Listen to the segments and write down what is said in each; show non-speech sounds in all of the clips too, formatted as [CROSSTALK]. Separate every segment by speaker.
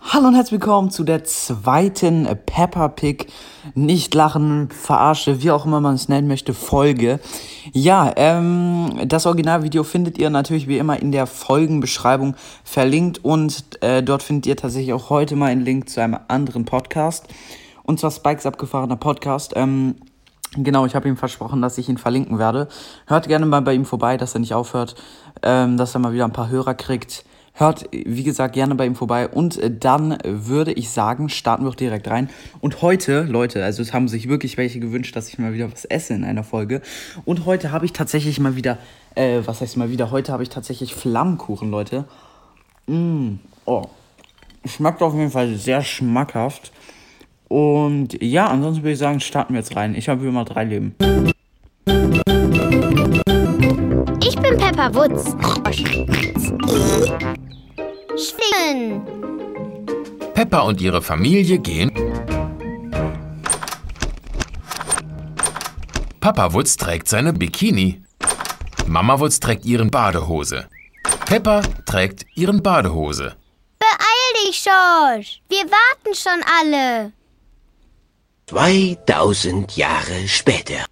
Speaker 1: Hallo und herzlich willkommen zu der zweiten Pepper Pig nicht lachen, verarsche, wie auch immer man es nennen möchte, Folge. Ja, ähm, das Originalvideo findet ihr natürlich wie immer in der Folgenbeschreibung verlinkt und äh, dort findet ihr tatsächlich auch heute mal einen Link zu einem anderen Podcast und zwar Spikes abgefahrener Podcast. Ähm, Genau, ich habe ihm versprochen, dass ich ihn verlinken werde. Hört gerne mal bei ihm vorbei, dass er nicht aufhört, ähm, dass er mal wieder ein paar Hörer kriegt. Hört, wie gesagt, gerne bei ihm vorbei. Und äh, dann würde ich sagen, starten wir auch direkt rein. Und heute, Leute, also es haben sich wirklich welche gewünscht, dass ich mal wieder was esse in einer Folge. Und heute habe ich tatsächlich mal wieder, äh, was heißt mal wieder, heute habe ich tatsächlich Flammkuchen, Leute. Mm, oh. Schmeckt auf jeden Fall sehr schmackhaft. Und ja, ansonsten würde ich sagen, starten wir jetzt rein. Ich habe wie immer drei Leben.
Speaker 2: Ich bin Peppa Wutz. Schwingen.
Speaker 3: Peppa und ihre Familie gehen. Papa Wutz trägt seine Bikini. Mama Wutz trägt ihren Badehose. Peppa trägt ihren Badehose.
Speaker 2: Beeil dich, Schorsch. Wir warten schon alle.
Speaker 4: 2000 Jahre später.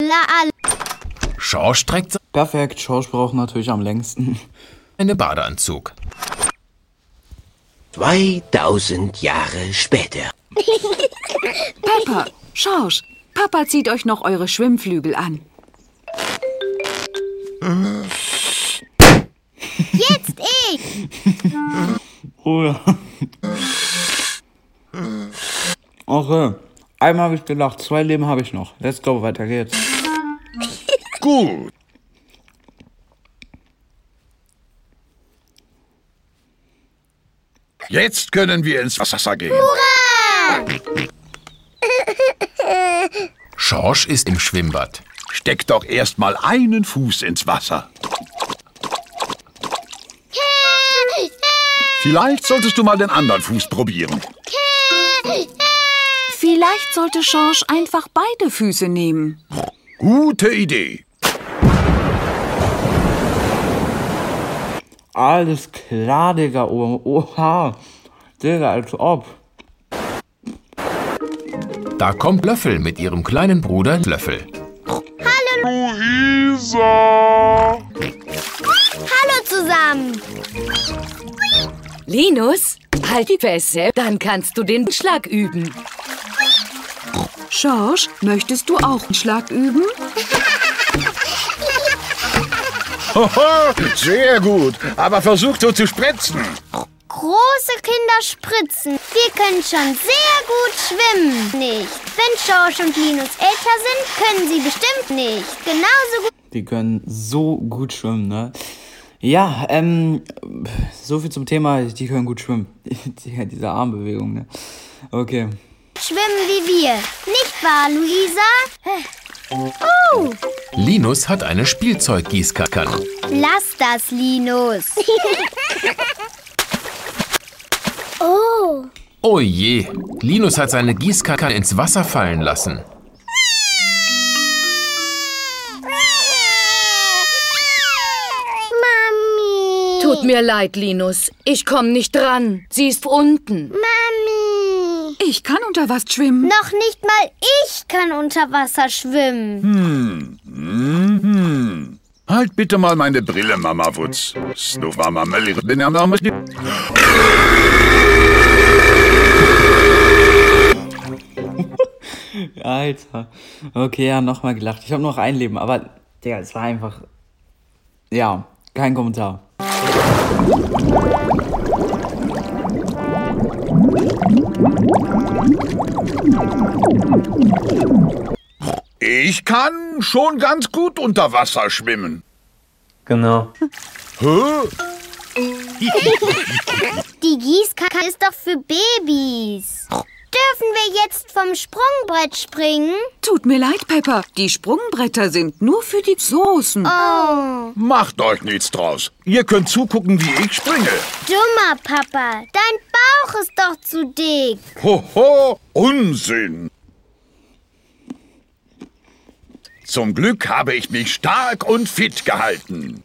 Speaker 2: La alle.
Speaker 3: Schorsch trägt
Speaker 1: Perfekt, Schorsch braucht natürlich am längsten.
Speaker 3: seinen Badeanzug.
Speaker 4: 2000 Jahre später.
Speaker 5: Peppa, Schorsch, Papa zieht euch noch eure Schwimmflügel an.
Speaker 2: Jetzt ich.
Speaker 1: [LAUGHS] Oh ja. Okay. Einmal habe ich gelacht, zwei Leben habe ich noch. Let's go, weiter geht's.
Speaker 6: Jetzt können wir ins Wasser gehen.
Speaker 3: Schorsch ist im Schwimmbad.
Speaker 6: Steck doch erst mal einen Fuß ins Wasser. Vielleicht solltest du mal den anderen Fuß probieren.
Speaker 5: Vielleicht sollte Schorsch einfach beide Füße nehmen.
Speaker 6: Gute Idee.
Speaker 1: Alles klar, Digga. Oh, oha. Digga, als ob.
Speaker 3: Da kommt Löffel mit ihrem kleinen Bruder Löffel.
Speaker 2: Hallo zusammen.
Speaker 7: Linus, halt die Fresse, dann kannst du den Schlag üben.
Speaker 5: Schorsch, möchtest du auch einen Schlag üben?
Speaker 6: Hoho, sehr gut. Aber versuch so zu spritzen.
Speaker 2: Große Kinder spritzen. Wir können schon sehr gut schwimmen. Nicht. Wenn Schorsch und Linus älter sind, können sie bestimmt nicht. Genauso gut
Speaker 1: Die können so gut schwimmen, ne? Ja, ähm, so viel zum Thema, die können gut schwimmen. [LAUGHS] Digga, Diese Armbewegung, ne? Okay.
Speaker 2: schwimmen wie wir. Nicht wahr, Luisa? Oh,
Speaker 3: Linus hat eine Spielzeuggießkanne.
Speaker 2: lass
Speaker 7: [LAUGHS]
Speaker 2: das, Linus.
Speaker 3: Oh je, Linus hat seine Gießkanne ins Wasser fallen lassen.
Speaker 2: Mami.
Speaker 7: Tut mir leid, Linus, ich komm nicht dran. Sie ist unten.
Speaker 2: Mami.
Speaker 5: Ich kann unter was schwimmen.
Speaker 2: Noch nicht mal ich kann unter Wasser
Speaker 7: Hm.
Speaker 2: schwimmen.
Speaker 6: Halt bitte mal meine Brille, Mama Wutz. Snuffa Mama bin am Namen.
Speaker 1: Alter. Okay, ja, nochmal gelacht. Ich habe noch ein Leben, aber Digga, es war einfach. Ja, kein Kommentar.
Speaker 6: Ich kann schon ganz gut unter Wasser schwimmen.
Speaker 8: Genau.
Speaker 6: Hä?
Speaker 2: Die Gießkanne ist doch für Babys. Dürfen wir jetzt vom Sprungbrett springen?
Speaker 5: Tut mir leid, Peppa. Die Sprungbretter sind nur für die Soßen.
Speaker 7: Ah,
Speaker 6: Macht euch nichts draus. Ihr könnt zugucken, wie ich springe.
Speaker 2: Dummer Papa, dein Bauch ist doch zu dick.
Speaker 6: Hoho, Unsinn! Zum Glück habe ich mich stark und fit gehalten.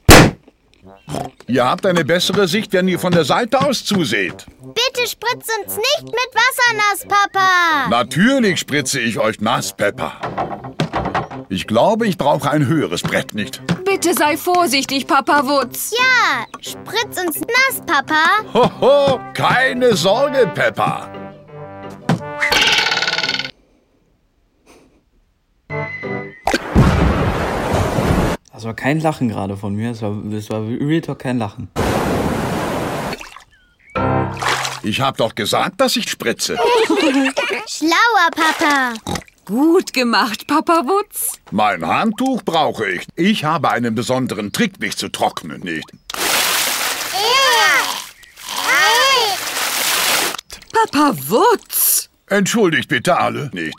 Speaker 6: Ihr habt eine bessere Sicht, wenn ihr von der Seite aus zuseht.
Speaker 2: Bitte spritzt uns nicht mit Wasser nass, Papa.
Speaker 6: Natürlich spritze ich euch nass, Pepper. Ich glaube, ich brauche ein höheres Brett nicht.
Speaker 5: Bitte sei vorsichtig, Papa Wutz.
Speaker 2: Ja, spritz uns nass, Papa.
Speaker 6: Hoho, keine Sorge, Pepper.
Speaker 1: Das war kein Lachen gerade von mir. Das war, das war Real Talk kein Lachen.
Speaker 6: Ich hab doch gesagt, dass ich spritze.
Speaker 2: Schlauer, Papa.
Speaker 5: Gut gemacht, Papa Wutz.
Speaker 6: Mein Handtuch brauche ich. Ich habe einen besonderen Trick, mich zu trocknen, nicht?
Speaker 5: Papa Wutz.
Speaker 6: Entschuldigt bitte alle, nicht?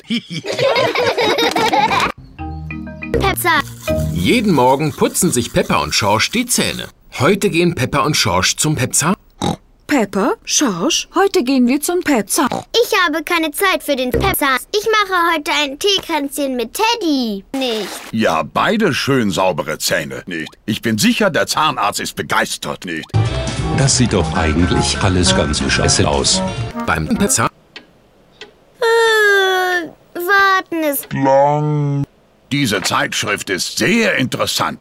Speaker 2: Pepper.
Speaker 3: Jeden Morgen putzen sich Pepper und Schorsch die Zähne. Heute gehen Pepper und Schorsch zum Pepzer.
Speaker 5: Pepper, Schorsch, heute gehen wir zum Pepper.
Speaker 2: Ich habe keine Zeit für den Pepper. Ich mache heute ein Teekränzchen mit Teddy. Nicht.
Speaker 6: Ihr habt beide schön saubere Zähne, nicht? Ich bin sicher, der Zahnarzt ist begeistert, nicht?
Speaker 8: Das sieht doch eigentlich alles ganz scheiße aus.
Speaker 3: Beim Pepzer.
Speaker 2: Äh, warten ist.
Speaker 6: Diese Zeitschrift ist sehr interessant.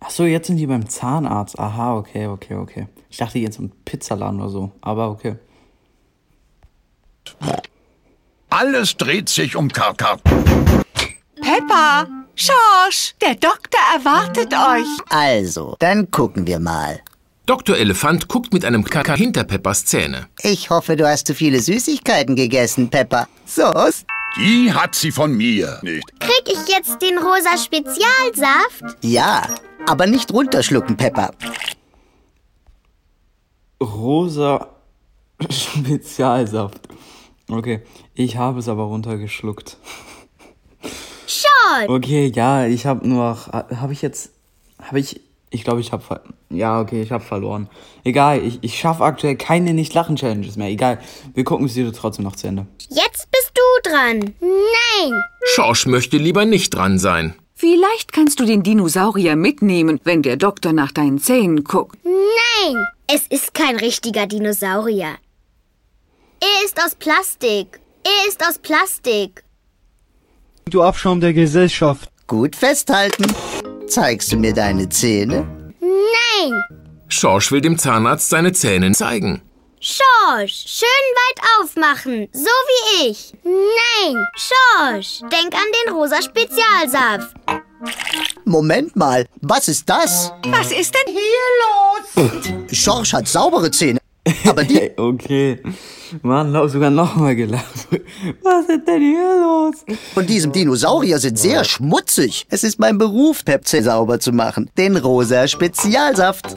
Speaker 1: Ach so, jetzt sind die beim Zahnarzt. Aha, okay, okay, okay. Ich dachte jetzt im Pizzaladen oder so. Aber okay.
Speaker 6: Alles dreht sich um Karkar.
Speaker 5: Peppa, Schorsch, der Doktor erwartet euch.
Speaker 9: Also, dann gucken wir mal.
Speaker 3: Dr. Elefant guckt mit einem Kaka hinter Peppers Zähne.
Speaker 9: Ich hoffe, du hast zu viele Süßigkeiten gegessen, Pepper. So's?
Speaker 6: Die hat sie von mir, nicht?
Speaker 2: Krieg ich jetzt den rosa Spezialsaft?
Speaker 9: Ja, aber nicht runterschlucken, Pepper.
Speaker 1: Rosa [LAUGHS] Spezialsaft. Okay, ich habe es aber runtergeschluckt.
Speaker 2: Schorsch.
Speaker 1: Okay, ja, ich habe noch. Habe ich jetzt. Habe ich. Ich glaube, ich habe. ver- Ja, okay, ich habe verloren. Egal, ich, ich schaffe aktuell keine Nicht-Lachen-Challenges mehr. Egal, wir gucken es dir trotzdem noch zu Ende.
Speaker 2: Jetzt bist du dran. Nein.
Speaker 3: Schorsch möchte lieber nicht dran sein.
Speaker 5: Vielleicht kannst du den Dinosaurier mitnehmen, wenn der Doktor nach deinen Zähnen guckt.
Speaker 2: Nein. Es ist kein richtiger Dinosaurier. Er ist aus Plastik. Er ist aus Plastik.
Speaker 10: Du Abschaum der Gesellschaft.
Speaker 9: Gut festhalten. Zeigst du mir deine Zähne?
Speaker 2: Nein.
Speaker 3: Schorsch will dem Zahnarzt seine Zähne zeigen.
Speaker 2: Schorsch, schön weit aufmachen, so wie ich. Nein, Schorsch, denk an den rosa Spezialsaft.
Speaker 9: Moment mal, was ist das?
Speaker 5: Was ist denn
Speaker 9: Schorsch hat saubere Zähne. Aber
Speaker 5: [LAUGHS]
Speaker 9: die,
Speaker 1: Hey, okay. Mann, hab sogar nochmal gelacht. [LAUGHS] Was ist denn hier los?
Speaker 9: von diesem Dinosaurier sind sehr schmutzig. Es ist mein Beruf, Pepsi sauber zu machen. Den rosa Spezialsaft.